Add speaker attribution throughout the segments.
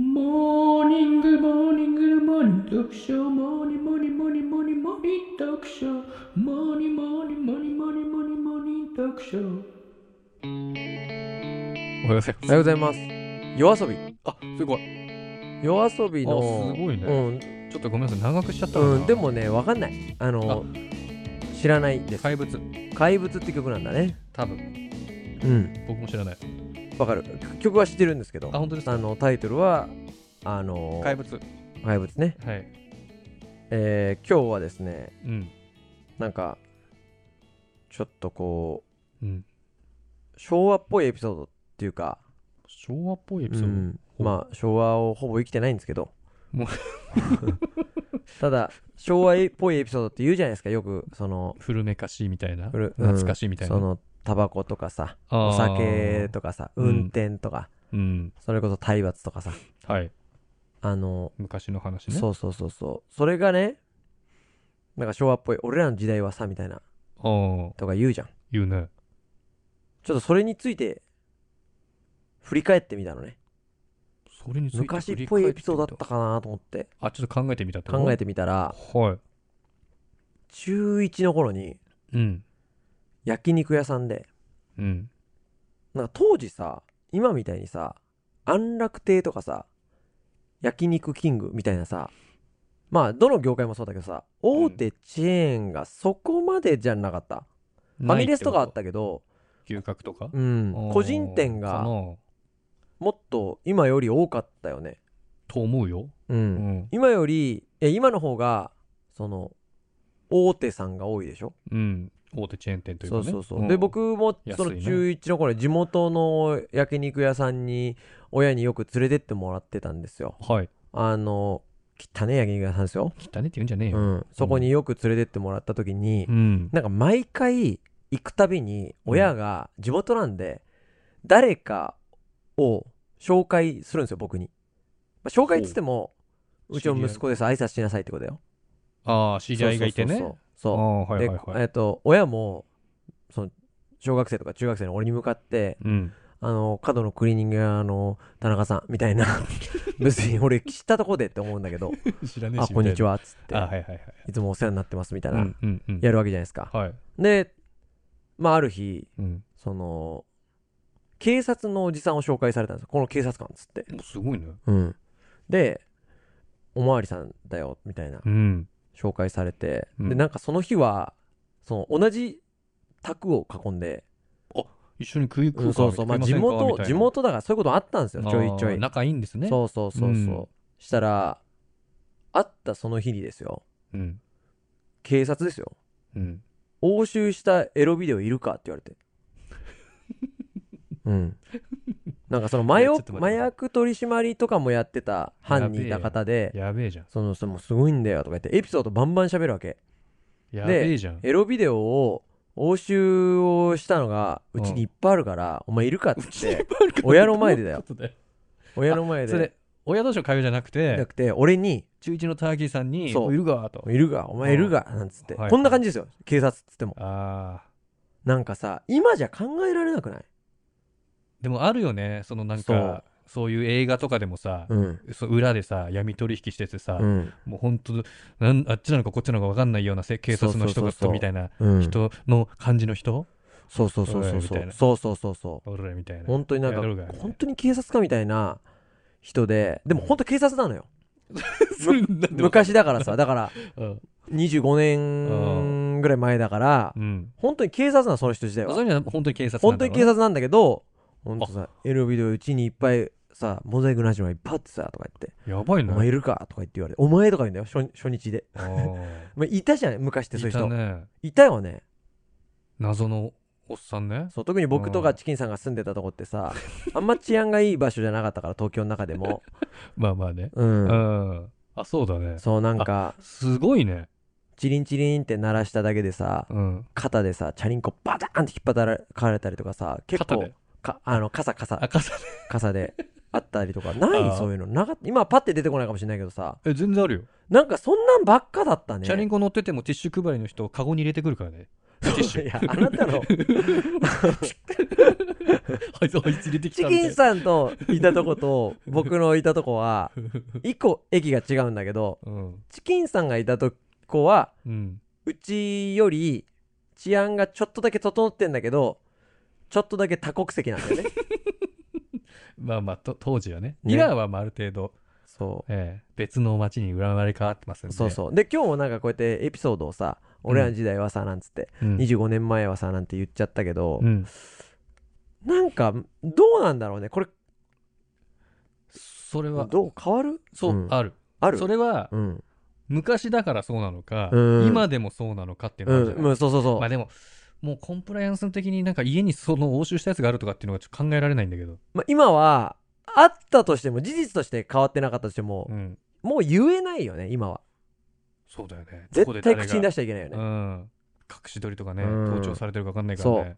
Speaker 1: モーニングモーニングのモーニング読書モーニングモーニングモーニングモーニングモーニング読書モーニングモーニングモーニングモーニングモーニングモーニング読書
Speaker 2: おはようございま
Speaker 3: おはようございます夜遊び
Speaker 2: すあすごい
Speaker 3: 夜遊びの
Speaker 2: あすごいねちょっとごめんなさい長くしちゃったか
Speaker 3: う、
Speaker 2: なん
Speaker 3: うん、でもねわかんないあの知らないです
Speaker 2: 怪物
Speaker 3: 怪物って曲なんだね
Speaker 2: 多分
Speaker 3: うん
Speaker 2: 僕も知らない
Speaker 3: わかる曲は知ってるんですけど
Speaker 2: あ本当ですか
Speaker 3: あのタイトルはあの
Speaker 2: 怪物
Speaker 3: 怪物ね
Speaker 2: はい
Speaker 3: えー、今日はですね
Speaker 2: うん
Speaker 3: なんかちょっとこ
Speaker 2: うん
Speaker 3: う昭和っぽいエピソードっていうか、
Speaker 2: 昭和っぽいエピ
Speaker 3: う
Speaker 2: ソード、
Speaker 3: ん、
Speaker 2: ほう
Speaker 3: まあ昭和をほぼ生きてないんですけど
Speaker 2: もう
Speaker 3: ただ昭和っぽいエピソードって言うじゃないですかよくその
Speaker 2: 古めかしいみたいな
Speaker 3: 古うん
Speaker 2: 懐かしいみたいな、
Speaker 3: そのタバコとかさ
Speaker 2: あー
Speaker 3: お酒とかさ
Speaker 2: うん
Speaker 3: 運転とか、
Speaker 2: うん
Speaker 3: それこそ体罰とかさ
Speaker 2: はい
Speaker 3: あの、
Speaker 2: 昔の話ね
Speaker 3: そうそうそうそうそれがねなんか昭和っぽい俺らの時代はさみたいな
Speaker 2: ああ
Speaker 3: とか言うじゃん
Speaker 2: 言うね
Speaker 3: ちょっとそれについて振り返ってみたのね
Speaker 2: それについて
Speaker 3: 昔っぽいエピソードだ
Speaker 2: 振り返てみ
Speaker 3: ったかなと思って
Speaker 2: たあちょっと考えてみたってこと
Speaker 3: 考えてみたら
Speaker 2: はい
Speaker 3: 中1の頃に
Speaker 2: うん
Speaker 3: 焼肉屋さんで
Speaker 2: うん
Speaker 3: なんか当時さ今みたいにさ安楽亭とかさ焼肉キングみたいなさまあどの業界もそうだけどさ大手チェーンがそこまでじゃなかった、ファミレスとかあったけど
Speaker 2: 嗅覚とか
Speaker 3: うん
Speaker 2: あー
Speaker 3: 個人店
Speaker 2: かな
Speaker 3: がもっと今より多かったよね
Speaker 2: と思うよ
Speaker 3: う、
Speaker 2: うんん
Speaker 3: 今よりえ今の方がその大手さんが多いでしょ
Speaker 2: うん大手チェーン店というか
Speaker 3: そう
Speaker 2: ね
Speaker 3: そうそう、
Speaker 2: ん
Speaker 3: で僕も
Speaker 2: 安いね
Speaker 3: その中1の頃地元の焼肉屋さんに親によく連れてってもらってたんですよ
Speaker 2: はい
Speaker 3: あの汚ね焼肉屋さんですよ、
Speaker 2: 汚ねって言うんじゃねえ
Speaker 3: う
Speaker 2: よ
Speaker 3: ん、そこによく連れてってもらった時に、
Speaker 2: うん
Speaker 3: なんか毎回行くたびに親が地元なんで誰かを紹介するんですよ僕に、まあ、紹介っつっても
Speaker 2: ほう
Speaker 3: うちの息子です挨拶しなさいってことだよ
Speaker 2: ああ知り合いがいてね
Speaker 3: そ
Speaker 2: あ
Speaker 3: うそうそうそう
Speaker 2: あはい
Speaker 3: で、
Speaker 2: はいは
Speaker 3: え
Speaker 2: い
Speaker 3: っ、と、親も、その、小学生とか中学生の俺に向かって、
Speaker 2: うん
Speaker 3: あの、角のクリーニング屋の田中さん、みた いな、別に俺知ったとこでって思うんだけど、
Speaker 2: 知らねえ
Speaker 3: あ、
Speaker 2: し
Speaker 3: こんにち
Speaker 2: は
Speaker 3: は、つって、
Speaker 2: あはいはいはい
Speaker 3: いつもお世話になってます、みたいうな、
Speaker 2: んうんうん
Speaker 3: やるわけじゃないですか。
Speaker 2: はい
Speaker 3: で、まあ、ある日、
Speaker 2: うん
Speaker 3: その、警察のおじさんを紹介されたんですよ。この警察官、つって。
Speaker 2: もうすごいね
Speaker 3: うん。で、おまわりさんだよ、みたいな。
Speaker 2: うん
Speaker 3: 紹介されて、
Speaker 2: うん
Speaker 3: でなんかその日はその同じ卓を囲んで、
Speaker 2: 一緒に食い食うか、
Speaker 3: そうそう、まあ、
Speaker 2: 食
Speaker 3: 地
Speaker 2: いせんかみ
Speaker 3: 元
Speaker 2: たいな
Speaker 3: 地元だからそういうことあったんですよちょいちょ
Speaker 2: あー
Speaker 3: い、
Speaker 2: 仲いいんですね
Speaker 3: そうそうそうそう、
Speaker 2: うん
Speaker 3: したら会ったその日にですよ
Speaker 2: うん
Speaker 3: 警察ですよ
Speaker 2: うん
Speaker 3: 押収したエロビデオいるかって言われてうんなんかその麻
Speaker 2: いやちょっ
Speaker 3: 薬
Speaker 2: と待って
Speaker 3: 麻薬取り締まりとかもやってた犯人いた方で
Speaker 2: やべえじゃん
Speaker 3: そのそのすごいんだよとか言ってエピソードバンバン喋るわけ
Speaker 2: やべえじゃん
Speaker 3: エロビデオを押収をしたのがうちにいっぱいあるから、お前いるかっつって親の前でだよ
Speaker 2: どういうこ
Speaker 3: 親の前
Speaker 2: とそれ
Speaker 3: で
Speaker 2: 親同士の会話じゃなく
Speaker 3: じゃな
Speaker 2: て
Speaker 3: くて俺に
Speaker 2: 中一のターキーさんに「い
Speaker 3: そう
Speaker 2: るか?」と
Speaker 3: 「いるがお前いるが」なんつって、
Speaker 2: はい
Speaker 3: こんな感じですよ警察っつっても
Speaker 2: ああ
Speaker 3: なんかさ今じゃ考えられなくない
Speaker 2: でもあるよねそのなん
Speaker 3: そ
Speaker 2: か
Speaker 3: う
Speaker 2: そういう映画とかでもさ
Speaker 3: うん
Speaker 2: そう裏でさ闇取引しててさ
Speaker 3: うん
Speaker 2: もう本当なんあっちなのかこっちなのか分かんないようなせ警察の人が
Speaker 3: そうそうそうそう
Speaker 2: みたいな
Speaker 3: うん
Speaker 2: 人の感じの人
Speaker 3: そうそうそうそ
Speaker 2: おいみ
Speaker 3: うそ
Speaker 2: たいな
Speaker 3: うそうそうそうそう
Speaker 2: 俺らみたいな
Speaker 3: 本当になんか
Speaker 2: やるがみたい
Speaker 3: 本当に警察官みたいな人ででも本当警察なのよ
Speaker 2: それなん で分か
Speaker 3: 昔だからさだから
Speaker 2: うん
Speaker 3: 25年ぐらい前だから
Speaker 2: うん
Speaker 3: 本当に警察なのその人自体は
Speaker 2: そういうのは本当に警察な
Speaker 3: 本
Speaker 2: んだ
Speaker 3: 当
Speaker 2: ろ
Speaker 3: に
Speaker 2: う
Speaker 3: 警
Speaker 2: ね
Speaker 3: 察なんだけど、本当さ、エロビデオうちにいっぱいさ、モザイクなしのがいっぱいあってさ、とか言って、
Speaker 2: やばい
Speaker 3: お
Speaker 2: な
Speaker 3: 前いるかとか言って言われて、お前とか言うんだよ、初初日で。
Speaker 2: あー
Speaker 3: まあ、いたじゃん、昔ってそういう
Speaker 2: いた
Speaker 3: 人。
Speaker 2: ね
Speaker 3: いたよね。
Speaker 2: 謎のおっさんね
Speaker 3: そう、特に僕と
Speaker 2: う
Speaker 3: か
Speaker 2: ん
Speaker 3: チキンさんが住んでたとこってさ、あんま治安がいい場所じゃなかったから、東京の中 でも。
Speaker 2: まあまあね
Speaker 3: う。
Speaker 2: うんんあそうだね
Speaker 3: そう、なんか、
Speaker 2: すごいね
Speaker 3: チリンチリンって鳴らしただけでさ、
Speaker 2: うん
Speaker 3: 肩でさ、チャリンコバターンって引っ張られたりとかさ、結
Speaker 2: 肩
Speaker 3: 構
Speaker 2: で、
Speaker 3: かあの、傘傘、
Speaker 2: 赤 さ
Speaker 3: 傘であったりとか、
Speaker 2: あ
Speaker 3: な
Speaker 2: ー
Speaker 3: いそういうの。なかった。今はパッて出てこないかもしれないけどさ、
Speaker 2: え全然あるよ
Speaker 3: なんかそんなんばっかだったね。
Speaker 2: チャリンコ乗っててもティッシュ配りの人をカゴに入れてくるからねティッシュ
Speaker 3: いや、あなた の
Speaker 2: あいつあいつ入れてき
Speaker 3: チ
Speaker 2: た
Speaker 3: キン
Speaker 2: ん
Speaker 3: さんといたとこと僕のいたとこは、一個駅が違うんだけど、
Speaker 2: うん
Speaker 3: チキンさんがいたとこは、
Speaker 2: うん
Speaker 3: うちより治安がちょっとだけ整ってんだけど、ちょっとだけ多国籍なんだ よね。
Speaker 2: まあまあと当時はね
Speaker 3: ね
Speaker 2: 今はまあある程度、
Speaker 3: そ
Speaker 2: ええ別の町に恨まれ変わってますん
Speaker 3: う。
Speaker 2: で
Speaker 3: そうそう。で、今日もなんかこうやってエピソードをさ、俺らの時代はさ、なんつって、
Speaker 2: うん、
Speaker 3: 25年前はさ、なんて言っちゃったけど
Speaker 2: う、ん
Speaker 3: なんか、どうなんだろうね。これ、
Speaker 2: それは
Speaker 3: どう変わる
Speaker 2: そう、
Speaker 3: ん
Speaker 2: ある
Speaker 3: ある
Speaker 2: それは
Speaker 3: うん。
Speaker 2: 昔だからそうなのか、
Speaker 3: うん
Speaker 2: 今でもそうなのかっていう
Speaker 3: う
Speaker 2: のがあ
Speaker 3: ん
Speaker 2: るじゃない、
Speaker 3: うん、そうそうそう。
Speaker 2: まあでももうコンプライアンス的になんか家にその押収したやつがあるとかっていうのがちょっと考えられないんだけど、
Speaker 3: まあ、今は、あったとしても、事実として変わってなかったとしても
Speaker 2: う、ん、
Speaker 3: もう言えないよね、今は。
Speaker 2: そうだよね
Speaker 3: 絶対口に出
Speaker 2: し
Speaker 3: しちゃいけないよ
Speaker 2: う
Speaker 3: ね。
Speaker 2: ん、隠し撮りとかね
Speaker 3: うん
Speaker 2: 盗聴されてるか分かんないからね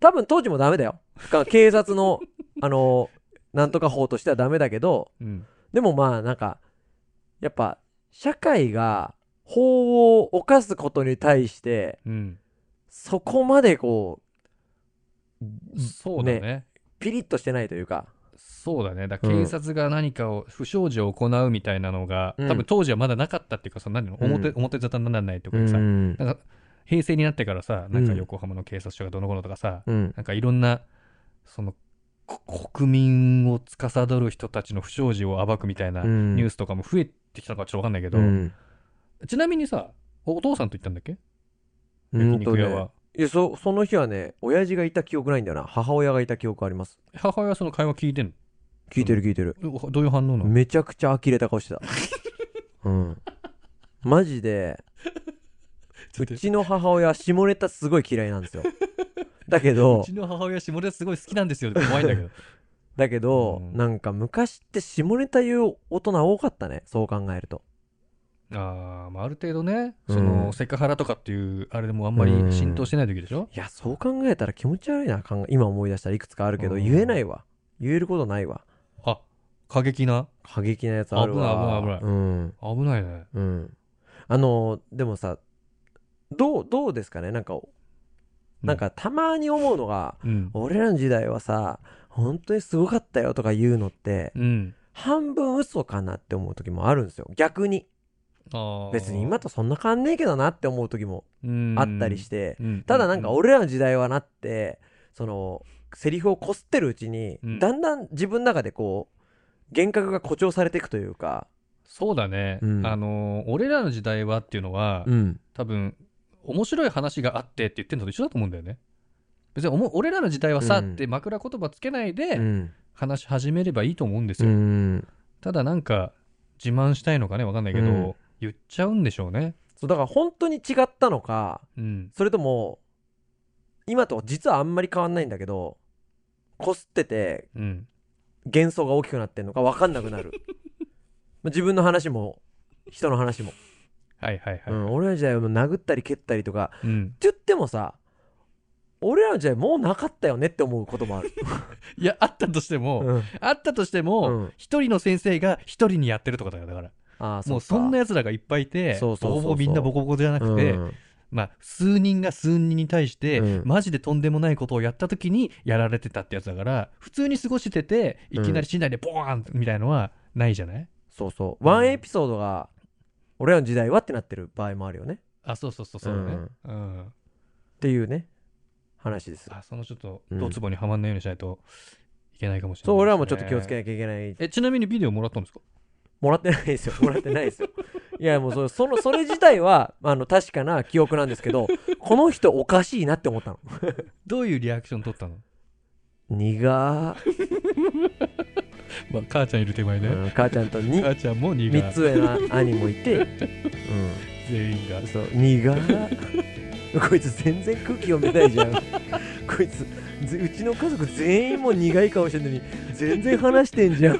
Speaker 3: 多分当時もダメだよ。か警察の、あの、なんとか法としてはダメだけど、
Speaker 2: うん
Speaker 3: でもまあ、なんか、やっぱ、社会が法を犯すことに対して、
Speaker 2: うん
Speaker 3: そこまでこ
Speaker 2: そうだね
Speaker 3: う、ピリッとしてないというか、
Speaker 2: そうだねだか
Speaker 3: う
Speaker 2: ら
Speaker 3: ん
Speaker 2: 警察が何かを不祥事を行うみたいなのが、
Speaker 3: うん
Speaker 2: 多分当時はまだなかったっていうかその何の表,、
Speaker 3: うん
Speaker 2: 表沙汰にならないと
Speaker 3: う
Speaker 2: かさ、
Speaker 3: ん。
Speaker 2: なんか平成になってからさなんか
Speaker 3: うん
Speaker 2: 横浜の警察署がどの頃とかさ、
Speaker 3: うん。
Speaker 2: なんかいろんなそのこ国民を司る人たちの不祥事を暴くみたいな
Speaker 3: うん
Speaker 2: ニュースとかも増えてきたのかちょっとわかんないけど、
Speaker 3: うん
Speaker 2: ちなみにさお父さんと言ったんだっけ
Speaker 3: うん
Speaker 2: 焼
Speaker 3: と
Speaker 2: 肉
Speaker 3: ね
Speaker 2: 屋は、
Speaker 3: いや、そ、その日はね、親父がいた記憶ないんだよな。母親がいた記憶あります。
Speaker 2: 母親はその会話聞いてん
Speaker 3: 聞いてる聞いてる。
Speaker 2: のどういう反応なの
Speaker 3: めちゃくちゃ呆れた 顔してた。うん。マジで、
Speaker 2: ちょっと
Speaker 3: うちの母親、下ネタすごい嫌いな んですよ。だけど
Speaker 2: うち、の母親下ネタすごい好きなんですよ怖いんだけど
Speaker 3: だけど、
Speaker 2: うん
Speaker 3: なんか昔って下ネタ言う大人多かったね。そう考えると。
Speaker 2: あー、まあある程度ね
Speaker 3: うん
Speaker 2: その、セクハラとかっていうあれでもあんまり浸透してない時でしょ、
Speaker 3: いや、そう考えたら気持ち悪いな。考え今思い出したらいくつかあるけど、
Speaker 2: うん
Speaker 3: 言えないわ。言えることないわ。
Speaker 2: あ過激な
Speaker 3: 過激なやつあるわ。
Speaker 2: 危ない危
Speaker 3: ない。うん。
Speaker 2: 危ないね
Speaker 3: うん。あの、でもさ、どう、どうですかねなんか、なんかたまに思うのが、
Speaker 2: うん
Speaker 3: 俺らの時代はさ本当にすごかったよとか言うのって
Speaker 2: うん
Speaker 3: 半分嘘かなって思う時もあるんですよ逆に
Speaker 2: あー
Speaker 3: 別に今とそんな変わんねえけどなって思う時も
Speaker 2: うん
Speaker 3: あったりして
Speaker 2: うん
Speaker 3: ただなんか俺らの時代はなってそのセリフをこすってるうちに
Speaker 2: うん
Speaker 3: だんだん自分の中でこう幻覚が誇張されていくというか
Speaker 2: そうだね、
Speaker 3: うん
Speaker 2: あのー俺らの時代はっていうのは、
Speaker 3: うん
Speaker 2: 多分面白い話があってって言ってるのと一緒だと思うんだよね別におも俺らの時代はさ
Speaker 3: う
Speaker 2: っ
Speaker 3: ん
Speaker 2: て枕言葉つけないうで
Speaker 3: ん
Speaker 2: 話し始めればいいと思うんです
Speaker 3: う
Speaker 2: よ、
Speaker 3: ん
Speaker 2: ただなんか自慢したいのかねわかんないけど、
Speaker 3: うん
Speaker 2: 言っちゃうんでしょうね
Speaker 3: そうだから本当に違ったのか
Speaker 2: うん
Speaker 3: それとも今と実はあんまり変わんないんだけどこすってて
Speaker 2: うん
Speaker 3: 幻想が大きくなってんのか分かんな くなるまあ自分の話も人の話も、
Speaker 2: はいはいはい、
Speaker 3: う
Speaker 2: うん
Speaker 3: ん、俺らの時代はもう殴ったり蹴ったりとかって
Speaker 2: うん
Speaker 3: 言ってもさ俺らの時代もうなかったよねって思うこともある、
Speaker 2: いやあったとしても、
Speaker 3: うん、
Speaker 2: あったとして
Speaker 3: う
Speaker 2: も
Speaker 3: ん
Speaker 2: 一、人の先生が一人にやってるとかだよだから
Speaker 3: ああ
Speaker 2: もうそんな奴らがいっぱいいて
Speaker 3: そうそうそ
Speaker 2: ボコ
Speaker 3: うそう
Speaker 2: ボコみんなボコボコじゃなくて、
Speaker 3: うん
Speaker 2: まあ、数人が数人に対して、
Speaker 3: うん
Speaker 2: マジでとんでもないことをやった時にやられてたってやつだから普通に過ごしてていきなり市内でボーンみたいのはないじゃない、
Speaker 3: そうそうワンエピソードが俺らの時代はってなってる場合もあるよね
Speaker 2: あそうそうそうそうだね、うん
Speaker 3: っていうね話です
Speaker 2: あそのちょっと
Speaker 3: うん
Speaker 2: ドツボにはまんないようにしないといけないかもしれないですね、
Speaker 3: そう俺らもちょっと気をつけなきゃいけない
Speaker 2: えちなみにビデオもらったんですか
Speaker 3: もらってないですよ。 もらってないですよ。いや、もうそ、その、それ自体は、あの、確かな記憶なんですけど、この人おかしいなって思ったの。
Speaker 2: どういうリアクション取ったの、
Speaker 3: 苦
Speaker 2: まあ、母ちゃんいる手前で、
Speaker 3: ー、うん母ちゃんとに、
Speaker 2: 母ちゃんも苦
Speaker 3: 三つ上の兄もいて、う
Speaker 2: 全員が
Speaker 3: ん、そう、苦ー。こいつ全然空気読めないじゃん。こいつ、ぜうちの家族全員もう苦い顔してるのに、全然話してんじゃん。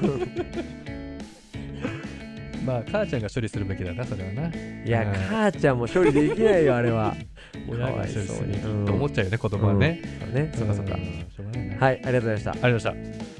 Speaker 2: まあ母ちゃんが処理するべきだなそれはない
Speaker 3: や
Speaker 2: うん、
Speaker 3: 母ちゃんも処理できないよ、あれは。
Speaker 2: 親が処理するべき
Speaker 3: かわいそうに
Speaker 2: と思っちゃうよね子供はね、
Speaker 3: そうね。
Speaker 2: そうかそうか、
Speaker 3: ん
Speaker 2: しょうがないな、あ
Speaker 3: はい、ありがとうございました。
Speaker 2: りがとうございました